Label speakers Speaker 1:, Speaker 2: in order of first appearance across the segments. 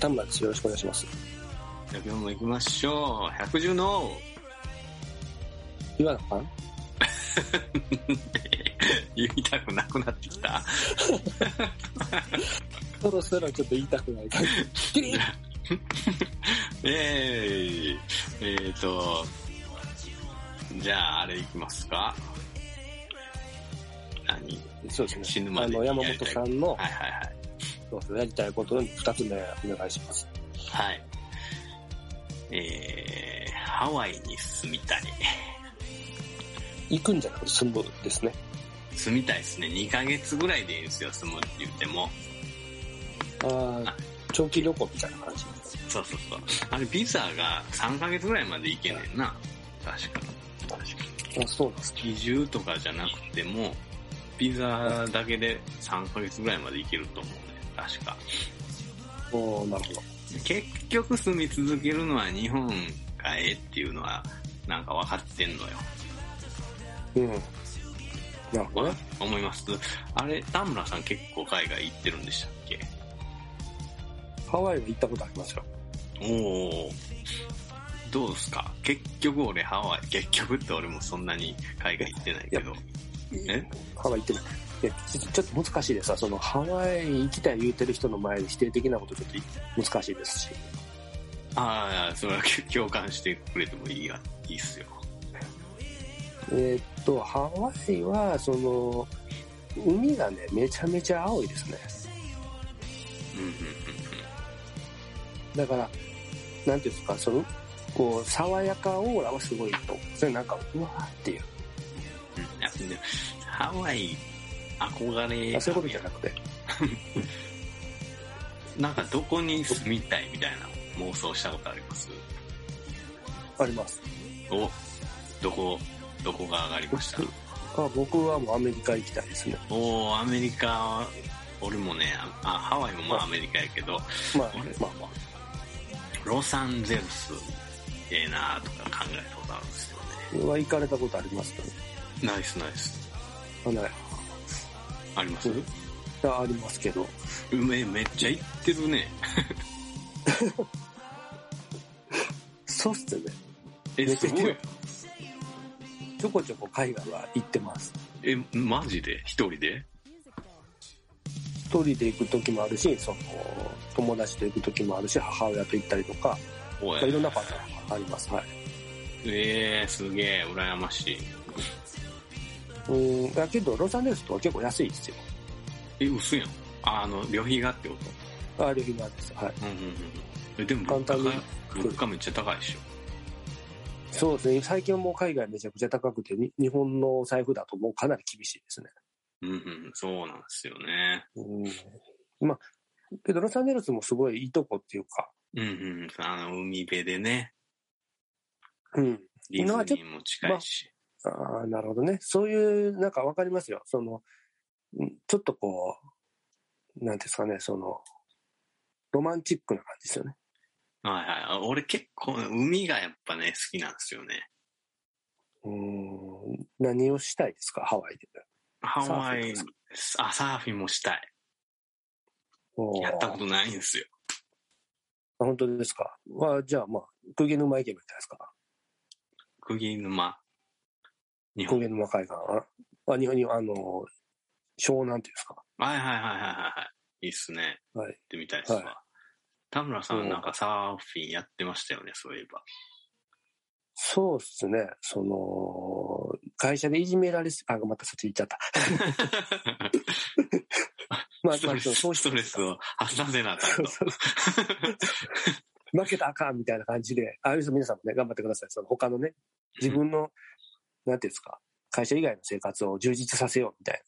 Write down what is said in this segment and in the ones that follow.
Speaker 1: 端末よろしくお願いします。
Speaker 2: じゃあ今日も行きましょう。百獣の王。
Speaker 1: 岩野さん
Speaker 2: 言いたくなくなってきた。
Speaker 1: そろそろちょっと言いたくない 感じ。キリン
Speaker 2: えー、えーと、じゃああれ行きますか。何
Speaker 1: そうですね。
Speaker 2: 死ぬまで
Speaker 1: あの、山本さんの、
Speaker 2: はいはいはい。
Speaker 1: そうですねやりたいことの二つ目お願いします。
Speaker 2: はい。えー、ハワイに住みたい。
Speaker 1: 行くんじゃなくて住むですね。
Speaker 2: 住みたいですね。2ヶ月ぐらいでいいんですよ、住むって言っても。
Speaker 1: あー長期旅行みたいな感じです。
Speaker 2: そうそうそう。あれ、ビザが3ヶ月ぐらいまで行けねんな。確か。確か。
Speaker 1: あそうなんです。
Speaker 2: 月中とかじゃなくても、ビザだけで3ヶ月ぐらいまで行けると思うね。確か。
Speaker 1: おーなるほど。
Speaker 2: 結局住み続けるのは日本がええっていうのは、なんか分かってんのよ。
Speaker 1: うん。なるほどね。
Speaker 2: 思います。あれ、田村さん結構海外行ってるんでしたっけ
Speaker 1: ハワイは行ったことありますよ。
Speaker 2: おお。どうですか結局俺ハワイ、 結局って俺もそんなに海外行ってないけど。え
Speaker 1: ハワイ行ってない。いやちょちょっと難しいですわそのハワイ行きたい言うてる人の前で否定的なことちょっと難しいですし。
Speaker 2: ああ、それは共感してくれてもいいや、いいっすよ。
Speaker 1: えーっと、ハワイは、その、海がね、めちゃめちゃ青いですね。
Speaker 2: うんうんうん
Speaker 1: だから、なんていうんですか、その、こう、爽やかオーラはすごいと。それなんか、うわーっていう。
Speaker 2: うんうん。いやでハワイ、憧れ
Speaker 1: あそういうことじゃなくて。
Speaker 2: なんかどこに住みたいみたいな妄想したことあります
Speaker 1: あります。
Speaker 2: お、どこ、どこが上がりました
Speaker 1: あ僕はもうアメリカ行きたいですね。
Speaker 2: おおアメリカ、俺もね、あ、ハワイもまあアメリカやけど、
Speaker 1: まあ
Speaker 2: あれ、
Speaker 1: まあまあ。
Speaker 2: ロサンゼルス、ええなとか考えたことあるんですよね。
Speaker 1: これは行かれたことありますかね。
Speaker 2: ナイスナイス。
Speaker 1: あない
Speaker 2: あります、
Speaker 1: うんあありますけど。
Speaker 2: めめっちゃ行ってるね。
Speaker 1: そうっすね。
Speaker 2: え、
Speaker 1: めっ
Speaker 2: す
Speaker 1: ちゃ行っ
Speaker 2: ご
Speaker 1: て
Speaker 2: い
Speaker 1: る。ちょこちょこ海外は行ってます。
Speaker 2: え、マジで一人で
Speaker 1: 一人で行く時もあるし、その、友達と行く時もあるし、母親と行ったりとか、
Speaker 2: お
Speaker 1: いろんなパターンがあります。はい。
Speaker 2: えー、すげえ、羨ましい。
Speaker 1: うん、だけど、ロサンゼルスとは結構安いですよ。
Speaker 2: え、薄いやん。あ、あの、旅費がってこと
Speaker 1: あ、レギュラーです。はい。
Speaker 2: うんうんうん。えでも物価
Speaker 1: 簡単に
Speaker 2: が、物価めっちゃ高いでしょ。
Speaker 1: そうですね。最近はもう海外めちゃくちゃ高くて、に日本のお財布だともうかなり厳しいですね。
Speaker 2: うんうん、そうなんですよね。
Speaker 1: うん。まあ、けどロサンゼルスもすごいいいとこっていうか、
Speaker 2: うんうん、あの、海辺でね、
Speaker 1: うん。
Speaker 2: ディズニーも近いし。
Speaker 1: ああ、なるほどね。そういう、なんかわかりますよ。その、んちょっとこう、なんていうんですかね、その、ロマンチックな感じですよね。
Speaker 2: はいはい。俺結構、海がやっぱね、好きなんですよね。
Speaker 1: うん。何をしたいですか、ハワイで。
Speaker 2: ハ
Speaker 1: ーフィン
Speaker 2: ワイ
Speaker 1: とか、
Speaker 2: あ、サーフィンもしたい。
Speaker 1: おー
Speaker 2: やったことないんですよ。
Speaker 1: あ本当ですか。は、じゃあまあ、釘沼行けばいいんじゃないですか。
Speaker 2: 釘沼。日本。
Speaker 1: 峠沼海岸あ、日本に、あの、湘南っていうんですか。
Speaker 2: はいはいはいはいはい。いいっすね。
Speaker 1: はい
Speaker 2: 行ってみたいっすわ。
Speaker 1: はい
Speaker 2: 田村さんなんかサーフィンやってましたよね、そういえば。
Speaker 1: そうっすね。その、会社でいじめられす、あ、 またそっち行っちゃった。まあ、
Speaker 2: ス
Speaker 1: ま
Speaker 2: ト
Speaker 1: あ、
Speaker 2: レ
Speaker 1: そ
Speaker 2: ス
Speaker 1: うそう
Speaker 2: ストレスを発散せなあかんと。
Speaker 1: 負けたらあかんみたいな感じで、ああいう人皆さんもね、頑張ってください。その他のね、自分の、なんていうんですか、会社以外の生活を充実させようみたい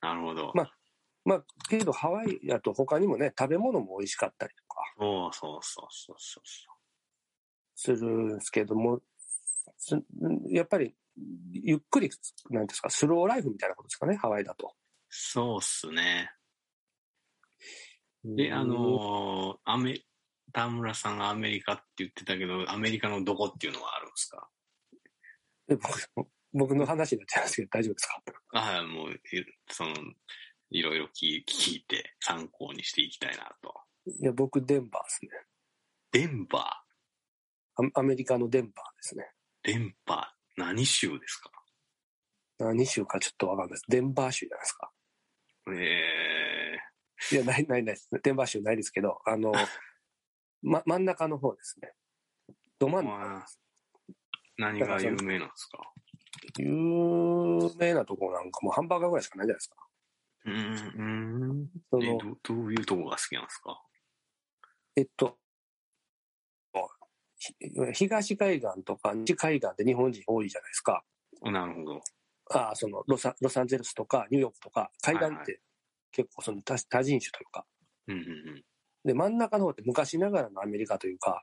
Speaker 2: なるほど。
Speaker 1: まあな。まあ、けれどハワイやと他にもね、食べ物も美味しかったりとか
Speaker 2: そうそうそうそうそうそ
Speaker 1: するんですけども、すやっぱり、ゆっくり、なんていうんですか、スローライフみたいなことですかね、ハワイだと。
Speaker 2: う。そうっすね。で、あのーアメ、田村さんがアメリカって言ってたけど、アメリカのどこっていうのはあるんですか
Speaker 1: で僕僕の話になっちゃいますけど、大丈夫ですか
Speaker 2: ああ、もう、えその、いろいろ聞聞いて参考にしていきたいなと。
Speaker 1: いや、僕、デンバーですね
Speaker 2: デンバ
Speaker 1: ア。アメリカのデンバーですね。
Speaker 2: ー、デンバー、何州ですか
Speaker 1: 何州かちょっとわかんないです。デンバー州じゃないですか。
Speaker 2: え
Speaker 1: いや、ない、ない、ないです。デンバー州ないですけど、あの、ま、真ん中の方ですね。ど真
Speaker 2: ー、
Speaker 1: ん中。
Speaker 2: まあ、何が有名なんですか
Speaker 1: 有名なとこなんかもうハンバーガーぐらいしかないじゃないですか。
Speaker 2: うーん。
Speaker 1: そ
Speaker 2: え
Speaker 1: の、
Speaker 2: ど、どういうとこが好きなんですか
Speaker 1: えっと、ひ東海岸とか西海岸って日本人多いじゃないですか。
Speaker 2: なるほど。
Speaker 1: ああそのロサロサンゼルスとかニューヨークとか海岸
Speaker 2: はいは
Speaker 1: って結構その多多人種というか。
Speaker 2: うんうん
Speaker 1: で、真ん中の方って昔ながらのアメリカというか、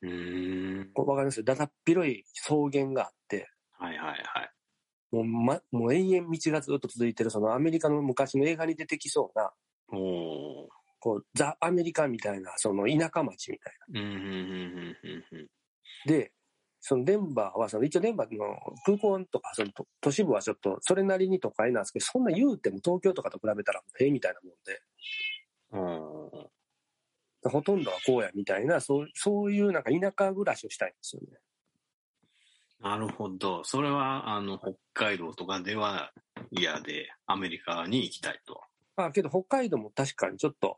Speaker 2: うん。うーん。
Speaker 1: こうわかりますだだっ広い草原があって、
Speaker 2: はいはいはい。
Speaker 1: もう,、ま、もう永遠道がずっと続いてる、そのアメリカの昔の映画に出てきそうな、
Speaker 2: おー。
Speaker 1: こう、ザ・アメリカみたいな、その田舎町みたい
Speaker 2: うんうんうんうんうんうん。
Speaker 1: な。で、そのデンバーは、その一応デンバーの空港とか、その都都市部はちょっと、それなりに都会なんですけど、そんな言うても東京とかと比べたら、ええみたいなもんで、
Speaker 2: お
Speaker 1: ほとんどはこうやみたいな、そうそういうなんか田舎暮らしをしたいんですよね。
Speaker 2: ーなるほど。それは、あの、北海道とかでは嫌で、アメリカに行きたいと。
Speaker 1: あ、けど北海道も確かにちょっと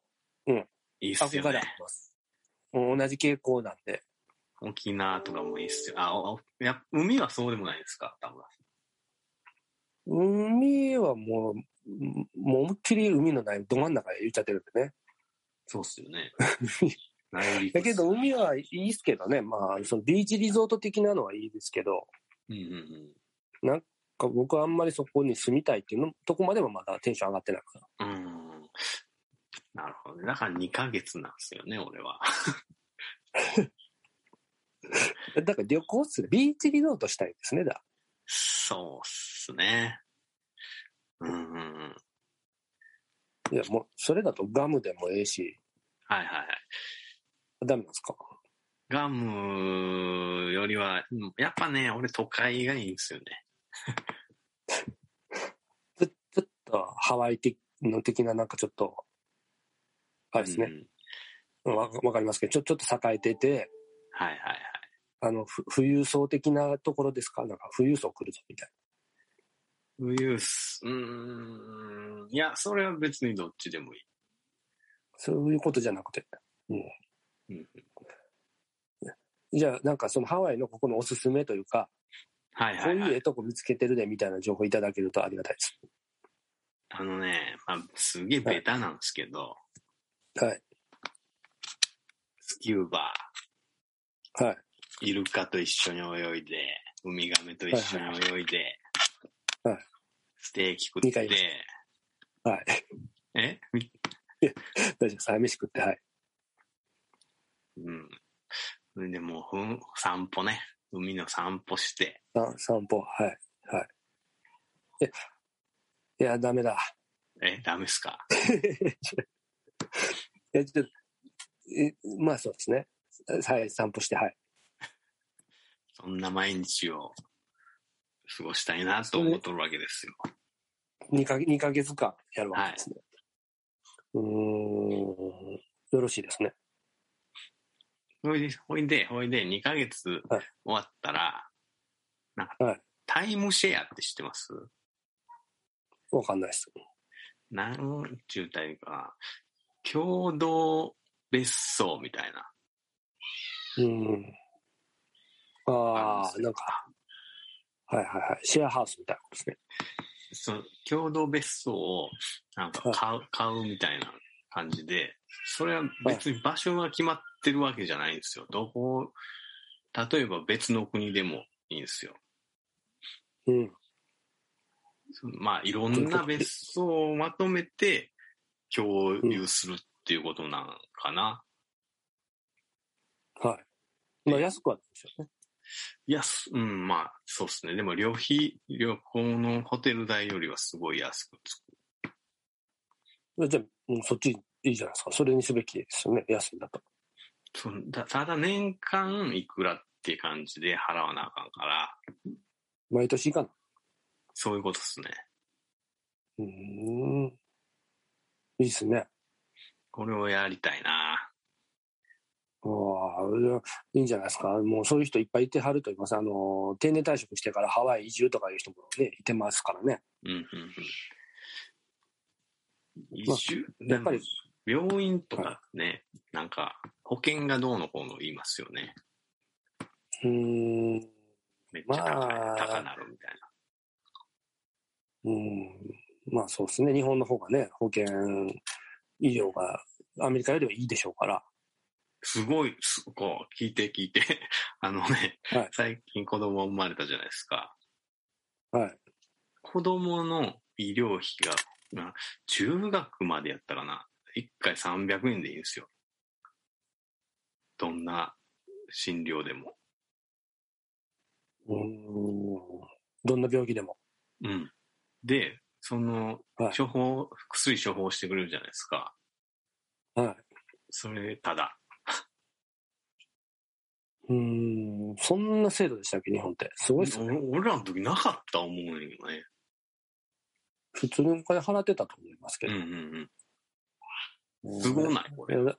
Speaker 2: いいっす
Speaker 1: 憧
Speaker 2: よ
Speaker 1: れ
Speaker 2: ね
Speaker 1: あり。ます。もう同じ傾向なんで。
Speaker 2: 沖縄とかもいいっすよ。あ、おいや海はそうでもないですか、多分。
Speaker 1: 海はもう、んもう思いっきり海のないど真ん中で言っちゃってるんでね。
Speaker 2: そうっすよ ね。内陸っ
Speaker 1: だ
Speaker 2: す
Speaker 1: けど、海はいいですけどね、まあ、そのビーチリゾート的なのはいいですけど、
Speaker 2: うんうんうん。
Speaker 1: なんか僕はあんまりそこに住みたいっていうのとこまではまだテンション上がってなくて。
Speaker 2: うーんなるほどね。だから2ヶ月なんですよね、俺は。
Speaker 1: だから旅行っすね。ビーチリゾートしたいですね、だ。
Speaker 2: そうっすね。うんうんうん。
Speaker 1: いや、もう、それだとガムでもええし、
Speaker 2: はいはいはい。
Speaker 1: ダメなんですか。
Speaker 2: ガムよりは、うんやっぱね、俺都会がいいんですよね。
Speaker 1: ちょちょっとハワイ的の的ななんかちょっと、あれですね。
Speaker 2: ん
Speaker 1: うんわ、わかりますけど、ちょ、ちょっと栄えてて、
Speaker 2: はいはいはい。
Speaker 1: あの、ふ富裕層的なところですかなんか富裕層来るぞみたい
Speaker 2: ウユース。うーん。いや、それは別にどっちでもいい。
Speaker 1: な。そういうことじゃなくて。
Speaker 2: うんうん、
Speaker 1: じゃあ、なんかそのハワイのここのおすすめというか、
Speaker 2: はいは
Speaker 1: こう
Speaker 2: い、
Speaker 1: いう
Speaker 2: は
Speaker 1: ええ
Speaker 2: い。
Speaker 1: とこ見つけてるでみたいな情報いただけるとありがたいです。
Speaker 2: あのね、まあ、すげえベタなんですけど、
Speaker 1: はい。
Speaker 2: スキューバ
Speaker 1: はい。
Speaker 2: ー、イルカと一緒に泳いで、ウミガメと一緒に泳いで、
Speaker 1: はい
Speaker 2: ステーキ食っ
Speaker 1: 二回
Speaker 2: て
Speaker 1: で、はい。
Speaker 2: えみ
Speaker 1: 大丈夫です。はい飯食って、はい。
Speaker 2: うん。それでもうふん、散歩ね。海の散歩して。
Speaker 1: さ散歩、はい。はい。え、いや、ダメだ。
Speaker 2: え、ダメっすか
Speaker 1: え、ちょっと、え、まあそうですね。はい、散歩して、はい。
Speaker 2: そんな毎日を過ごしたいなと思っとるわけですよ。
Speaker 1: 2か二ヶ月間やるわけですね。うーん、よろしいですね。
Speaker 2: ほいで、ほいで、ほいで、2ヶ月終
Speaker 1: はい
Speaker 2: わったら、なんか、
Speaker 1: はい
Speaker 2: タイムシェアって知ってます
Speaker 1: わかんないです。
Speaker 2: なんちゅうタイプかな。共同別荘みたいな。
Speaker 1: うん。ああ、なんか、はいはいはい。シェアハウスみたいなことですね。
Speaker 2: その共同別荘をなんか買う、買うみたいな感じで、それは別に場所が決まってるわけじゃないんですよ。どこ、例えば別の国でもいいんですよ。
Speaker 1: うん。
Speaker 2: そのまあ、いろんな別荘をまとめて共有するっていうことなんかな。
Speaker 1: はい。まあ安くはないですよね。
Speaker 2: いや、すうん、まあ、そうですね。でも、旅費、旅行のホテル代よりはすごい安くつく。
Speaker 1: じゃあ、うんそっちいいじゃないですか。それにすべきですよね。安いんだと。
Speaker 2: そのたただ、年間いくらって感じで払わなあかんから、
Speaker 1: 毎年いかな
Speaker 2: そういうことですね。
Speaker 1: うーん。いいですね。
Speaker 2: これをやりたいな。
Speaker 1: ああ、いいんじゃないですか。もうそういう人いっぱいいてはると言います。あの、定年退職してからハワイ移住とかいう人もね、いてますからね。
Speaker 2: うんうんうん。
Speaker 1: ま
Speaker 2: 移
Speaker 1: あ
Speaker 2: 住、
Speaker 1: やっぱり
Speaker 2: でも病院とかね、なんか保険がどうのこうの言いますよね。
Speaker 1: うーん、
Speaker 2: めっちゃ高い、
Speaker 1: まあ
Speaker 2: 高なるみたいな。
Speaker 1: うん、まあそうですね。日本の方がね、保険、医療がアメリカよりはいいでしょうから。
Speaker 2: すごい、すこう、聞いて聞いて、 あのね、
Speaker 1: はい
Speaker 2: 最近子供生まれたじゃないですか。
Speaker 1: はい。
Speaker 2: 子供の医療費が、まあ、中学までやったかな。1回300円でいいんですよ。どんな診療でも。
Speaker 1: うーん、どんな病気でも。
Speaker 2: うん。で、その、
Speaker 1: はい
Speaker 2: 処方、薬処方してくれるじゃないですか。
Speaker 1: はい。
Speaker 2: それ、ただ。
Speaker 1: うーん、そんな制度でしたっけ、日本って。すごいっすね。
Speaker 2: 俺俺らの時なかった思うんやけどね。
Speaker 1: 普通にお金払ってたと思いますけ
Speaker 2: うん
Speaker 1: ど。
Speaker 2: うんうん。すごないこ
Speaker 1: いや
Speaker 2: れ。
Speaker 1: だだ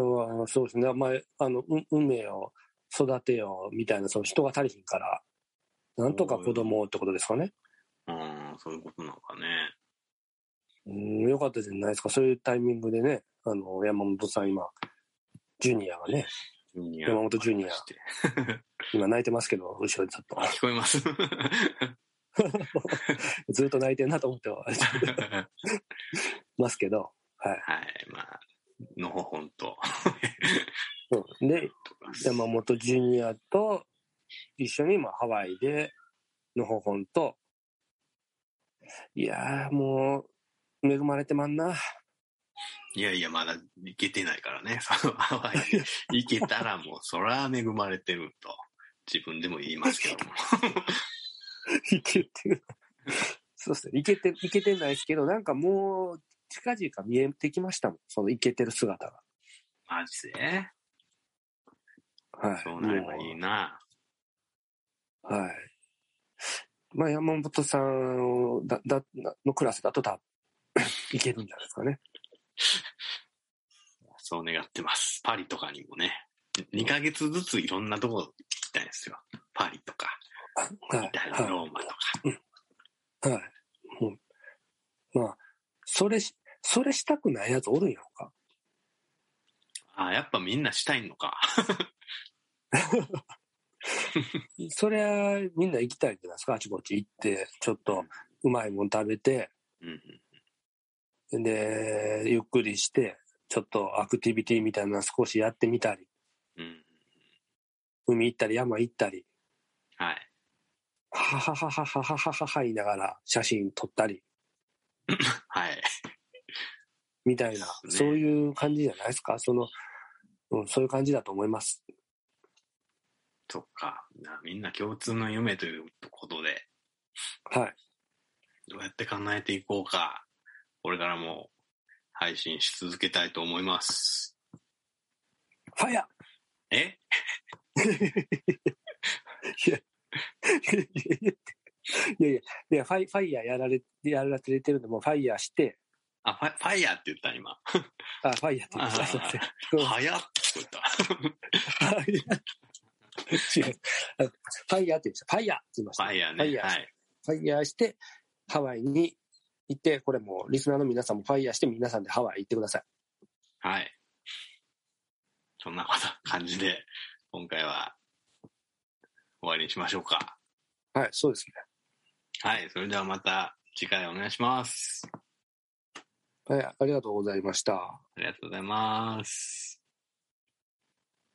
Speaker 1: からそうですね、まあ、あのう運命を育てようみたいな、その人が足りひんから、なんとか子供をってことですかね。
Speaker 2: うん、そういうことなのかね。
Speaker 1: うん、よかったじゃないですか、そういうタイミングでね、あの山本さん、今、ジュニアがね、
Speaker 2: ジュニ
Speaker 1: 山本ジュニア
Speaker 2: して
Speaker 1: 今泣いてますけど、後ろでずっ
Speaker 2: あ聞こえます。
Speaker 1: と、ずっと泣いてるなと思っては
Speaker 2: は
Speaker 1: ますけど、はい。
Speaker 2: い、まあ、のほほんと。
Speaker 1: うん、で、山本ジュニアと一緒に、まあ、ハワイで、のほほんと、いやー、もう、恵まれてまんな。
Speaker 2: いやいや、まだ行けてないからね。 そのハワイに行けたらもう、そら恵まれてると、自分でも言いますけども。
Speaker 1: いけてる。そうですね。いけて、いけてないですけど、なんかもう、近々見えてきましたもん。そのいけてる姿が。
Speaker 2: マジで
Speaker 1: はい。
Speaker 2: そうなればいいな。
Speaker 1: もうはい。まあ、山本さんをだ、だ、のクラスだとた、 いけるんじゃないですかね。
Speaker 2: そう願ってます。パリとかにもね、2ヶ月ずついろんなとこ行きたいんですよ。パリとか、
Speaker 1: は
Speaker 2: イ
Speaker 1: い。
Speaker 2: タリア、
Speaker 1: は
Speaker 2: ローマとか。
Speaker 1: い。はい。もうまあ、それし、それしたくないやつおるんやろか。
Speaker 2: ああ、やっぱみんなしたいのか。
Speaker 1: そりゃ、みんな行きたいんじゃないですか。あちこち行って、ちょっと、うまいもん食べて、
Speaker 2: うんうん。
Speaker 1: で、ゆっくりして、ちょっとアクティビティみたいなの少しやってみたり、
Speaker 2: うん。
Speaker 1: 海行ったり山行ったり、
Speaker 2: はい。
Speaker 1: ははははははははは言いながら写真撮ったり、
Speaker 2: はい。
Speaker 1: みたいな、
Speaker 2: ね
Speaker 1: そういう感じじゃないですか。その、うん、そういう感じだと思います。
Speaker 2: そっか。なみんな共通の夢ということで、
Speaker 1: はい。
Speaker 2: どうやって考えていこうか。これからも配信し続けたいと思います。
Speaker 1: ファイヤ
Speaker 2: え
Speaker 1: ーいや いや、いやファイファイヤーやられやられてるんで、もうファイヤーして、
Speaker 2: あファイ、ファイヤーって言った今。
Speaker 1: あ、ファイヤーって言ってた。すいません。うん
Speaker 2: 早っって言った。
Speaker 1: 違うファイヤーって言いました。ファイヤーって言いました。
Speaker 2: ファイヤーね。
Speaker 1: ファイヤー
Speaker 2: はい。
Speaker 1: ファイヤーして、ハワイに行って、これもうリスナーの皆さんもファイヤーして、皆さんでハワイ行ってください。
Speaker 2: はい。そんなこと感じで、今回は終わりにしましょうか。
Speaker 1: はい、そうです
Speaker 2: はい。それではまた次回お願いします。
Speaker 1: ね。はい、ありがとうございました。
Speaker 2: ありがとうございます。